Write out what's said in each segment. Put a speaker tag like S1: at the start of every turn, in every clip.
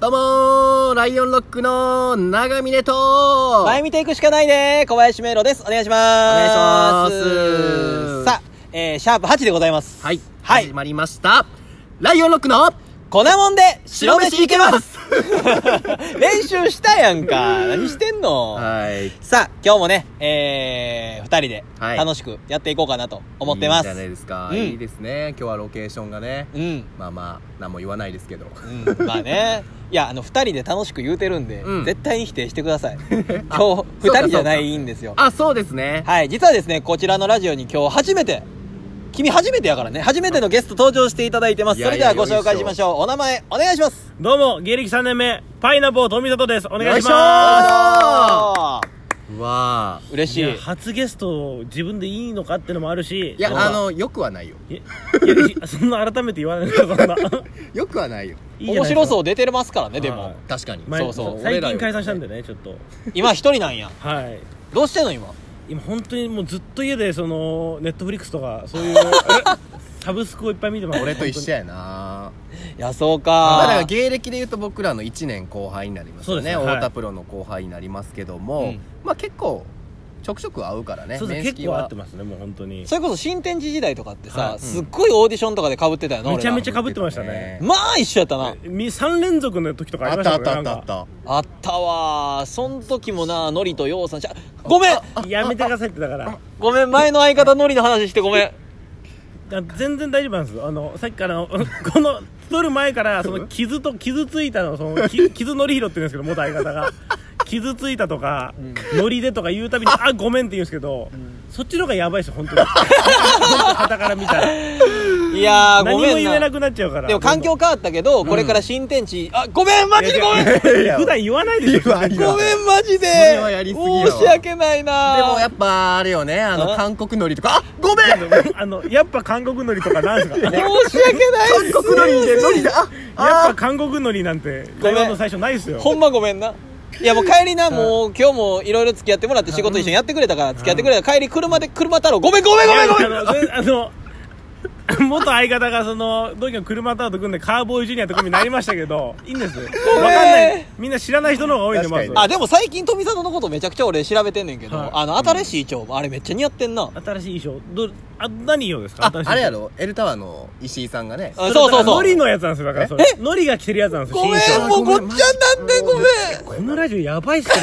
S1: どうもーライオンロックの長峰とお
S2: 前見ていくしかないね小林明朗ですお願いします
S1: 願いします
S2: さあ、えー、シャープ8でございます
S1: はい、
S2: はい
S1: 始まりましたライオンロックの
S2: 粉もんで白飯いけます 練習したやんか何してんの、
S1: はい
S2: さあ今日もねえー、2人で
S1: はい
S2: 楽しくやっていこうかなと思ってます、
S1: いいじゃないですか、
S2: うん
S1: いいですね今日はロケーションがね、
S2: うん
S1: まあまあ何も言わないですけど
S2: うん、まあねいやあの2人で楽しく言うてるんで、
S1: うん
S2: 絶対に否定してく ださい今日
S1: あそう
S2: 2
S1: か
S2: 人じゃないんですよ
S1: あそうですね
S2: はい実はですねこちらのラジオに今日初めて君初めてやからね初めてのゲスト登場していただいてます
S1: い
S2: そ
S1: やい
S2: れ
S1: や
S2: ではご紹介しましょうお名前お願いします
S3: どうも、芸歴3年目、パイナポー富里です。お願いし
S1: よいし
S3: ま
S1: あうわ
S2: ー嬉
S3: す。
S2: し
S3: い
S2: い
S3: や、初ゲストを自分でいいのかってのもあるし。
S1: ーいや
S2: そうだ
S1: あのよくはないよ
S3: え、いやそんな改めて言わないでそん な。
S1: よくはないよ
S3: いいじ
S2: 面
S3: ゃないですか
S2: 白そう出てますからねで
S3: は
S2: も
S3: い
S1: 確かに
S3: 前
S2: そうそう
S3: 最近解散したんでね、ちょっと。
S2: 今一人なんや
S3: はい。
S2: どうしてんの今
S3: 今本当にもうずっと家で、その、ネットフリックスとか、 そういう、サブスクをいっぱい見てます。
S1: 俺と一緒
S3: や。
S1: やない
S2: やそう
S1: まあ、
S2: か
S1: だから芸歴で言うと僕らの1年後輩になりますよね
S3: そうですねはい
S1: 太田プロの後輩になりますけども、
S2: うん
S1: まあ結構ちょくちょく会うからね
S3: そうです
S1: 面
S3: ね、結
S1: 識
S3: 構合
S1: は
S3: ってますね、もう本当に。
S2: それこそ新天地時代とかってさ、
S3: はい
S2: すっごいオーディションとかで被ってたよな
S3: めちゃめ
S2: 俺
S3: ちゃ被ってましたね。
S2: らまあ一緒やったな
S3: 3連続の時とかあ
S1: あ
S3: り
S1: っ
S3: ました
S1: あ
S3: た
S1: ったあ
S3: も
S1: っ
S3: ん
S1: たあ
S3: ね
S1: っ。た
S2: あったわーそん時もなノリとヨウさんしゃごめん
S3: なんかやめてくださいってだから。
S2: ごめん前の相方ノリの話してごめん
S3: あ全然大丈夫なんですあのさっきから のこの撮る前から その傷と傷ついたのそのき傷のりひろって言うんですけど元相 方が傷ついたとか、ノリでとか言うたびに「あごめん」って言うんですけど、そっちの方がやばいですよ 本当にはたから見たら
S2: いやー
S3: 何
S2: ご
S3: も
S2: めん
S3: 言えな
S2: な
S3: くなっちゃうから
S2: でも環境変わったけどこれから新天地あごめんマジでごめん
S3: いやい や普段言わないでしょ
S1: 言わない
S2: ごめんマジで
S1: れはやりすぎやわ
S2: 申し訳ないな
S1: でもやっぱあれよねあの
S2: あ
S1: 韓国のりとかあごめん韓
S3: あのやっぱ韓国ノリとかな んですかやっ
S2: 申し訳ないっす
S1: 国のりでのりだ
S3: ぱ
S1: あ
S3: 韓国ノリなんて
S2: ごめん
S3: 台湾の最初ないですよ
S2: ほんまごめんないやもう帰りなもう今日もいろいろ付き合ってもらって仕事一緒にやってくれたから付き合ってくれたから帰り車で車太郎ごめんごめんごめんごめん
S3: あのそれあの元相方がその同期の車タワーと組んでカーボーイジュニアと組になりましたけどいいんですわかんないみんな知らない人の方が多いんでま
S1: 確
S3: ず
S1: か
S2: あでも最近富里のことめちゃくちゃ俺調べてんねんけど、
S3: はい
S2: あの新しい蝶あれめっちゃ似合ってんな、
S3: 新しい衣装どあ何色ですか
S1: あ
S3: 新しい衣装
S1: あれやろ L タワーの石井さんがね
S2: あそうそうそ
S3: ノリ
S2: う
S3: のやつなんですよだからそれノリが着てるやつなんですよ
S2: ごめ
S3: 新
S2: ん
S3: 衣
S2: もうご
S1: ご
S2: っ
S1: めん
S2: ちゃになんでごめん
S3: 装このラジオやばいっすね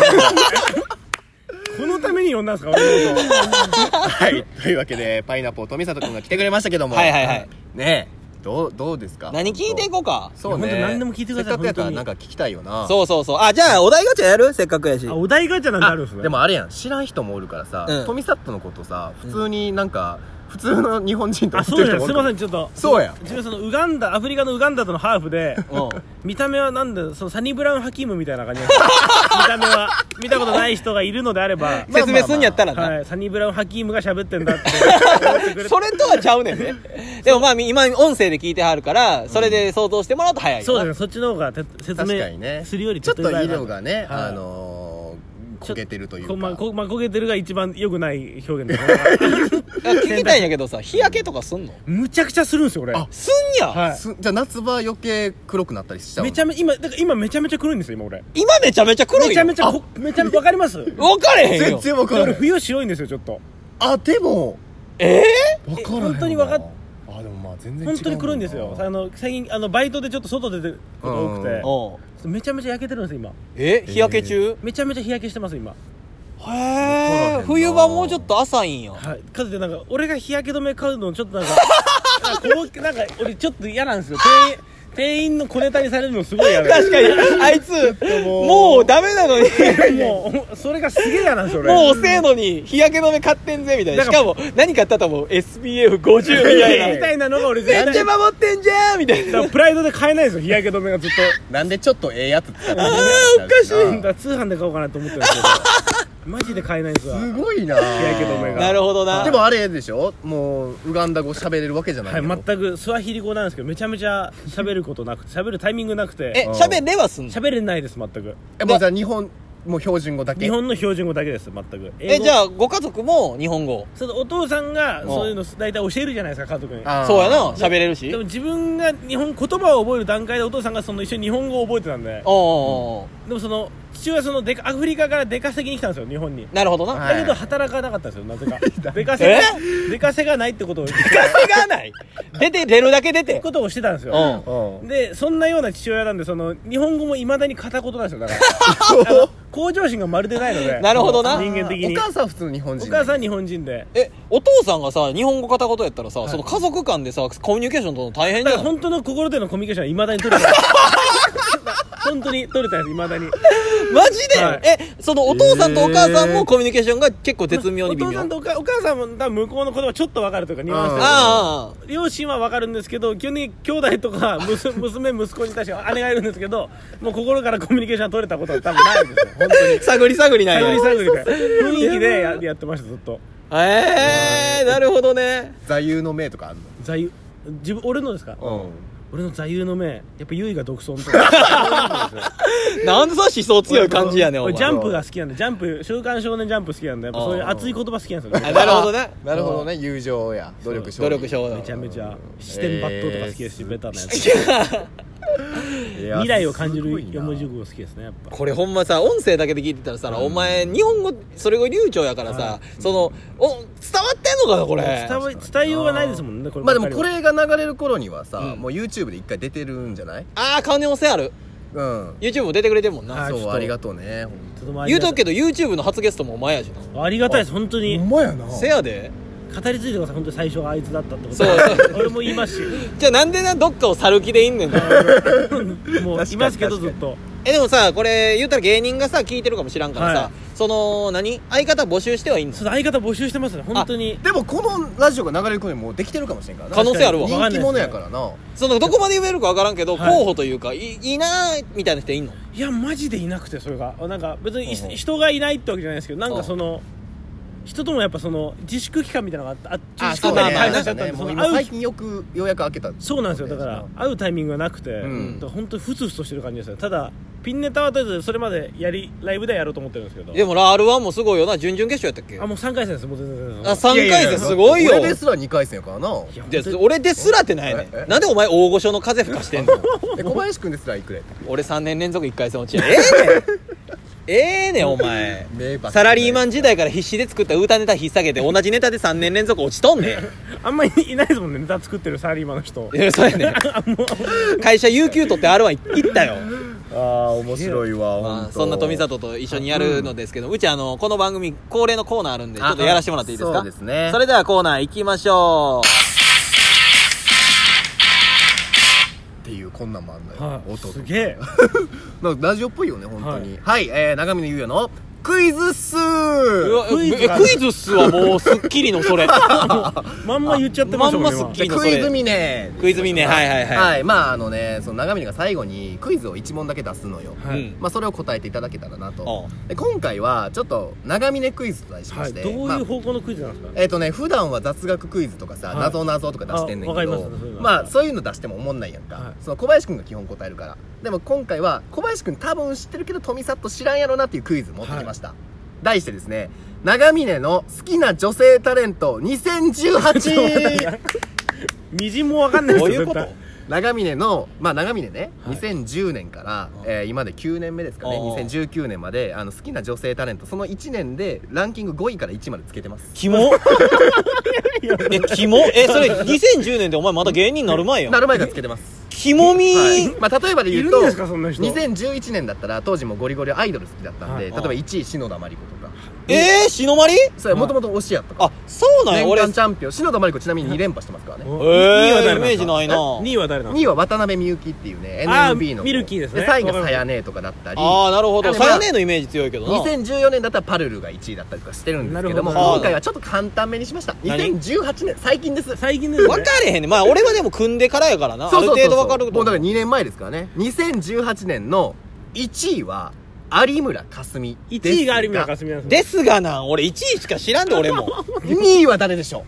S3: このために呼んだんですか俺のこ
S1: はいというわけでパイナポー富里君が来てくれましたけども
S2: はいはいはい
S1: ねえどうどうですか
S2: 何聞いていこうか
S1: そう
S3: いや
S1: ね
S3: 本当何でも聞いてくださ
S1: せっ
S3: い
S1: かくやから
S3: 本
S1: な
S3: 当
S1: ん
S3: に
S1: か聞きたいよな
S2: そうそうそうあじゃあお題ガチャやるせっかくやし
S3: とあお題ガチャなんてあるんですね
S1: でもあれやん知らん人もおるからさ、
S2: うん
S1: 富里のことさ普通になんか、普通の日本人と
S3: あ
S1: 思って
S3: そ
S1: る
S3: うじゃ
S1: 人もお
S3: んすい
S1: る
S3: ま
S1: か
S3: せんちょっと
S1: そうや
S3: 自分そのウガンダアフリカのウガンダとのハーフで
S2: う
S3: 見た目はなんだそのサニブラウン・ハキームみたいな感じなんですよ 見た目は見たことない人がいるのであれば
S2: ん、説明すんやったらな、
S3: はい、サニブラウン・ハキームが喋ってんだって思ってくれ て
S2: それとはちゃうねんねでもまあみ今音声で聞いてはるからそれで想像してもらうと早いよ
S3: そう
S2: な
S3: ですねそっちの方がて説
S1: 確かに
S3: 明
S1: ね
S3: するより
S1: ちょっと
S3: 手っ取り
S1: 色
S3: 早い
S1: がね、
S3: はい
S1: あのー、
S3: ち
S1: 焦
S3: ょ
S1: げてるというか
S3: こまこま焦げてるが一番良くない表現です
S2: 聞きたいんやけどさ日焼けとかすんの
S3: むちゃくちゃするんですよ俺
S1: あ
S2: すんや、
S3: は
S1: すじゃあ夏場余計黒くなったりしちゃ
S3: いうめちゃめ今だから今めちゃめちゃ黒いんですよ今俺
S2: 今めちゃめちゃ黒い
S3: めちゃめ
S2: ち
S3: ちゃこめちゃめちゃわかります
S2: 分かれへん
S1: 全
S2: よ
S1: 然わからな
S3: 俺
S1: い
S3: 冬白いんですよちょっと
S1: あでも
S2: え
S1: わからない
S3: え本当にわかっ
S1: あでもまあ全然違う
S3: 本当に黒いんですよあの最近あのバイトでちょっと外出てることが多くて
S1: う
S2: ー、おう
S3: めちゃめちゃ焼けてるんですよ今
S2: え日焼け中、
S3: めちゃめちゃ日焼けしてます今
S1: らへん
S2: へ
S1: な
S2: え冬場もうちょっと浅いんや
S3: はいかつてなんか俺が日焼け止め買うのちょっ となんかなんかこうなんか俺ちょっと嫌なんですよ店員店員の小ネタにされるのすごい嫌なん
S2: 確かにあいつ
S1: もう
S2: もうダメなのに
S3: もうそれがすげえ嫌なんですよ俺
S2: もう遅えのに日焼け止め買ってんぜみたいなし
S3: だ
S2: から
S3: か
S2: も何買ったと思う SPF50 み
S3: み
S2: たいな
S3: たいなのが俺絶
S2: めっ
S3: 対
S2: ちゃ守ってんじゃんみたいな
S3: だからプライドで買えないですよ日焼け止めがずっと
S1: なんでちょっとええやつ使ってんの
S2: あ ーおかしい
S3: だから通販で買おうかなと思ってるんですけどマジで買えないんですわ
S1: すごいな
S3: 日焼け止めが
S2: なるほどな
S1: でもあれでしょもうウガンダ語喋れるわけじゃない
S3: はい
S1: けど
S3: 全くスワヒリ語なんですけどめちゃめちゃ喋ることなくて喋るタイミングなく
S2: え
S3: て
S2: 喋れはすんの
S3: 喋れないです全く
S1: えもうじゃあ日本もう標準語だけ
S3: 日本の標準語だけです全く
S2: えじゃ
S3: あ
S2: あご家族も日本語
S3: そのお父さんが
S2: ん
S3: そういうの大体教えるじゃないですか家族に
S1: あー
S2: そうやな喋れるし
S3: でも自分が日本言葉を覚える段階でお父さんがその一緒に日本語を覚えてたんで
S2: おー
S3: でもその父親はそのでかアフリカから出稼ぎに来たんですよ日本に
S2: なるほどな
S1: はい
S3: だけど働かなかったんです よなぜか出稼ぎ出稼がないってことを
S2: 稼がない出て出るだけ出て
S3: ことをしてたんです
S2: う
S3: よ
S2: ん
S1: うん
S3: でそんなような父親なんでその日本語もいまだに片言なんですよ だからあの向上心がまるでないので
S2: なるほどな
S3: 人間的
S1: お
S3: に
S1: 母さんは普通の日本
S3: お
S1: 人
S3: 母さん日本人で
S2: えお父さんがさ日本語片言やったらさ、その家族間でさコミュニケーション取るの大変
S3: だ
S2: じ
S3: か
S2: ゃ
S3: ら
S2: ない
S3: 本当の心でのコミュニケーションはいまだに取れてない 本当に取れたんですいまだに
S2: マジで、
S3: はい
S2: えそのお父さんとお母さんもコミュニケーションが結構絶妙に微
S3: お父
S2: 妙、
S3: さ
S2: あ
S3: んとお母お母さんも多分向こうの言葉ちょっと分かるというかニュアンス
S1: うん
S3: で
S2: あ
S3: 両親は分かるんですけど基本的に兄弟とか娘 娘息子に対して姉がいるんですけどもう心からコミュニケーション取れたことは多分ないんですよ本当に
S2: 探り探りなん
S3: 探り
S2: や
S3: 探りで雰囲気でややってましたずっと
S2: えー、なるほどね
S1: 座右の銘とかある
S3: 座右自分俺のですか
S1: のうん
S3: 俺の座右の銘やっぱ優位が独尊と か
S2: なんでさ思想強い感じやねんお
S3: 俺
S2: 前
S3: ジャンプが好きなんでジャンプ「週刊少年ジャンプ」好きなんでやっぱそういう熱い言葉好きなんです
S2: あ
S3: よ
S2: なるほどね
S1: なるほどね友情や努力勝
S2: 努
S1: 利
S2: 力しよう
S3: めちゃめちゃ視点抜刀とか好きですし、
S1: えー
S3: ベタなやつ
S1: いや
S3: 未来を感じ
S1: すご
S3: る
S1: いな
S3: 四文字熟語好きですねやっぱ
S2: これほんまさ音声だけで聞いてたらさ、お前日本語それが流暢やからさ、そのお伝わってんのかなこれ
S3: 伝わ伝えようがないですもんねこれ
S1: ま
S3: ば
S1: あで
S3: っか
S1: も
S3: りは
S1: これが流れる頃にはさ、
S2: うん
S1: もう YouTube で一回出てるんじゃない
S2: ああ可能性ある
S1: うん。
S2: YouTube も出てくれてるもんな
S3: あーちょっ
S1: そう、
S3: と
S1: ありがとうね。ほん
S3: ちょっとまあ
S2: 言うとくけど YouTube の初ゲストもお前やしな
S3: ありがたいです本当に語
S1: まやな
S2: せやで
S3: り継いでください本当に最初があいつだったってこと
S2: そう
S3: 俺も言いますし
S2: じゃあなんでなどっかを去る気でいんねんな
S3: もういますけどずっと
S2: えでもさこれ言ったら芸人がさ聞いてるかもしらんからさ、
S3: はい
S2: その何相方募集してはいいんの
S3: その相方募集してますね本当に
S1: でもこのラジオが流れる頃にもうできてるかもしれんからな
S2: 可能性あるわ
S3: 確かに
S1: 人気者やからな。
S2: そのどこまで言えるかわからんけど、
S3: はい
S2: 候補というかいいいなーみたいな人いんの
S3: いやマジでいなくてそれがなんか別にい
S2: うんうん
S3: 人がいないってわけじゃないですけどなんかその人ともやっぱその自粛期間みたいなのがあってあ自
S2: そう
S3: 粛期
S2: だね
S3: 間に
S2: まあまあ
S3: 解散しちゃ
S1: なんかね
S3: ったんでそ
S1: もう
S3: の
S1: 今
S3: 会う
S1: 最近よくようやく開けた。
S3: そうなんですよだから会うタイミングがなくて、
S1: うん
S3: だから本当にふつふつとしてる感じですよただピンネタはとりあえずそれまでやりライブではやろうと思ってるんですけど
S2: でも R1 もすごいよな準々決勝やったっけ
S3: あもう3回戦ですもう全然全然
S2: あ三3回戦すごいよ
S1: 俺ですら2回戦やからな。
S3: いや本
S2: で
S3: 当に
S2: 俺ですらってないね
S1: ええ
S2: んなんでお前大御所の風吹か してんの
S1: え、小林くんですらいくれ。
S2: 俺3年連続1回戦落ちやええねんええねんお前
S1: 名馬
S2: サラリーマン時代から必死で作った歌ネタ引っ提げて同じネタで3年連続落ちとんね
S3: あんまりいないですもんねネタ作ってるサラリーマンの人
S2: ん いやそうやねん 会社有給取って R1 行ったよ
S1: ああ、面白いわ、ほ
S2: まあ
S1: んと
S2: そんな富里と一緒にやるのですけどうちあのこの番組恒例のコーナーあるんでちょっとやらせてもらっていいですか
S1: そうですね
S2: それではコーナー行きましょう
S1: っていうこんなんもあんのよ
S3: は。い
S1: 音と
S3: すげえ
S1: なんかラジオっぽいよね、本当に。はい、えー、長峰優也のクイズっす
S2: うわえ
S3: クイズが
S2: クイズっすわもう『スッキリ』のそ れ
S3: まんま言っちゃってましたもんね
S2: まんま好
S3: 今
S2: き
S1: じゃあクイズミネ
S2: クイズミネはいはいはい
S1: はいまああのねその長峰が最後にクイズを1問だけ出すのよ、
S3: はい
S2: うん
S1: まあそれを答えていただけたらなと
S2: う
S1: で今回はちょっと長峰クイズと題しま
S3: はい
S1: して、
S3: どう
S1: まあ
S3: いう方向のクイズなんですか
S1: えっ、とね普段は雑学クイズとかさ、
S3: はい
S1: 謎謎とか出してんねんけ
S3: あ
S1: ど
S3: わかりますそういうの
S1: まあそういうの出しても思んないやんか、
S3: はい
S1: その小林くんが基本答えるからでも今回は小林くん多分知ってるけど富里知らんやろなっていうクイズ持ってきました、題してですね長峰の好きな女性タレント 2018!
S3: みじんもわかんないです
S2: ど
S3: よ
S2: ういうこと
S3: 絶対
S1: 長峰の、まあ、長峰ね、
S2: はい
S1: 2010年から、えー今で9年目ですかね
S2: おー
S1: 2019年まであの好きな女性タレントその1年でランキング5位から1までつけてます
S2: キモえ、キモえ、それ2010年でお前まだ芸人になる前やん
S1: な。る前からつけてます、
S2: キモみ
S1: はい
S2: ー、
S1: まあ、例えばで
S3: い
S1: 言う
S3: る
S1: と
S3: んですかそんな人
S1: 2011年だったら当時もゴリゴリアイドル好きだったんで、
S3: はい
S1: 例えば1位篠田麻里子とか
S2: えー、しのまり
S1: それもともと推しやったから、
S2: あ、そうなんや、
S1: 年
S2: 俺。
S1: 間チャンピオン篠田麻里子ちなみに2連覇してますからね
S3: お二位は
S2: えー、
S3: 誰
S2: イ
S3: んで
S2: メ
S3: す
S2: ー
S3: か
S2: ジないな。
S3: 2位は誰なの
S1: 2位は渡辺美幸っていうね
S3: あー
S1: NMB の子
S3: ミルキーですね
S1: 3位が
S3: わか
S1: さ
S3: りま
S1: やねとかだったり
S2: あー、なるほど。
S1: あで
S2: さ
S1: も
S2: やねのイメージ強いけどな。
S1: 2014年だったらパルルが1位だったりとかしてるんですけども
S3: なるほど
S1: 今回はちょっと簡単めにしました
S2: 何
S1: 2018年最近です
S3: 最近ですね
S2: 分かれへんね。まあ、俺はでも組んでからやからな。あ
S1: そう
S2: る
S1: そうそう
S2: 程度分かる
S1: もうだから
S2: と。
S1: 2年前ですからね2018年の1位は有村架純
S3: 1位が有村架純なんです ね
S2: ですがな、俺1位しか知らんで、俺も。
S1: 純2位は誰でしょ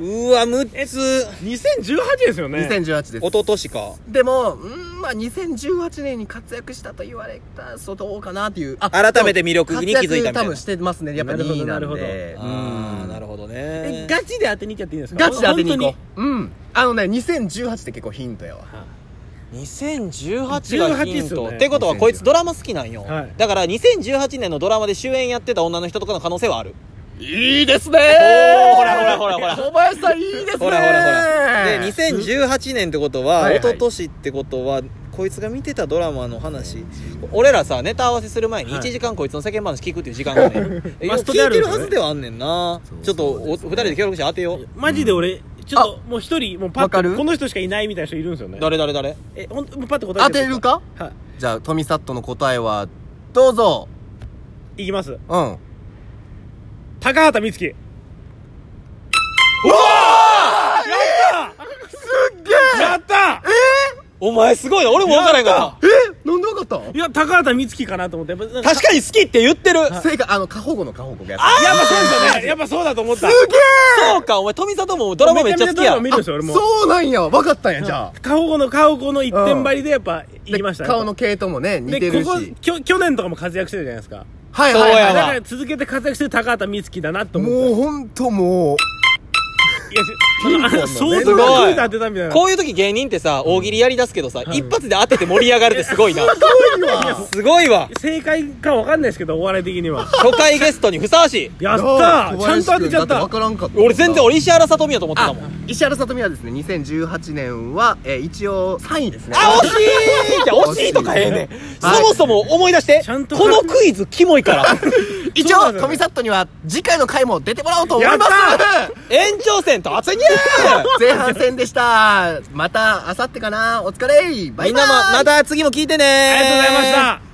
S2: うわ6つ
S3: 2018ですよね
S1: 2018です
S2: 一昨年か
S1: でもうんまあ2018年に活躍したと言われたそうどうかなっていうあ
S2: 改めて魅力に気づいたみたいな
S1: 活躍多分してますねやっぱ
S3: なるほ
S1: 2
S3: ど
S1: 位なん
S3: な
S1: で
S2: ああなるほどね
S3: えガチで当てにいっちゃっていいんですか
S1: ガチで当てに行こ
S3: 本
S1: ううんあのね2018って結構ヒントやわ
S2: 2018がヒン
S3: 18っす
S2: ト、
S3: よね
S2: ってことはこいつドラマ好きなんよ、
S3: はい
S2: だから2018年のドラマで主演やってた女の人とかの可能性はある
S1: いいですね
S2: おーほらほらほらほら
S1: 小林さんいいですね
S2: ほらほらほらで2018年ってことは、
S1: はいはい
S2: 一昨年ってことはこいつが見てたドラマの話俺らさネタ合わせする前に
S3: はい
S2: 1時間こいつの世間話聞くっていう時 間がね、え
S3: マ
S2: 聞
S3: ス
S2: い
S3: ト
S2: て
S3: である
S2: る
S3: んですね
S2: はずではあんねんな
S1: そう
S2: ちょっとお
S1: そうです
S2: 二
S1: ね
S2: 人で協力して当てよう
S3: 当にマジで俺ちょっともう一人もうパ
S1: わか
S3: ッ
S1: る
S3: とこの人しかいないみたいな人いるんですよね
S2: 誰誰誰
S3: えほんもうパッと答
S1: 当
S3: えち
S1: て
S3: ゃっていい
S1: る
S3: です
S1: か
S3: は
S1: じゃあトミサットの答えはどうぞ
S3: いいきます
S1: うんわ
S3: 高畑充希
S1: あ
S3: やっ
S1: すっげ
S3: たやった
S2: お前すごいな俺も分からへんか
S1: ええなんでわかった
S3: いや高畑充希かなと思ってやっぱなん
S2: ら
S3: か
S2: 確かに好きって言ってる
S1: 正解あの過保護の過保護がやった
S3: やっぱそうですよねやっぱそうだと思った
S2: そうかお前富里もドラマめっちゃ好きや
S3: めちゃめちゃドラマ見るんですよ俺も
S1: そうなんやわかったんやじゃあ
S3: 顔この顔この一点張りでやっぱ
S1: で
S3: 言いましたね
S1: 顔の系統もね似て
S3: で
S1: る
S3: ここ
S1: し
S3: きょ去年とかも活躍してたじゃないですか
S1: はい
S2: そうや
S3: だ
S2: わ
S3: から続けて活躍してる高畑充希だなと思って
S1: もうほんともう
S3: いや
S1: ピンポンのね
S3: 相当なクイズ当てたみたいな
S2: こういう時芸人ってさ大喜利やりだすけどさ、一発で当てて盛り上がるってすごいなすごいわ
S3: 正解かわかんないですけどお笑い的には
S2: 初回ゲストにふさわしい
S3: やった
S1: なあ
S3: ーちゃんと当てちゃ
S1: 小林君だっ
S3: っ
S1: てわ
S3: た
S1: からんかった
S2: 俺全然俺石原さとみやと思ってた
S1: あ
S2: もん
S1: 石原さとみはですね2018年は、えー一応3位ですね
S2: あ惜しい じゃ惜しいとかええねん、
S1: はい
S2: そもそも思い出して
S3: ちゃんと
S2: このクイズキモいから
S1: 一
S3: そうな
S1: 応
S3: んだ
S1: トミサットには次回の回も出てもらおうと思います
S3: やっ
S2: 延長戦と熱いね
S1: 前半戦でしたまた明後日かなお疲れバイバイ
S2: みんなもまた次も聞いてね
S3: ありがとうございました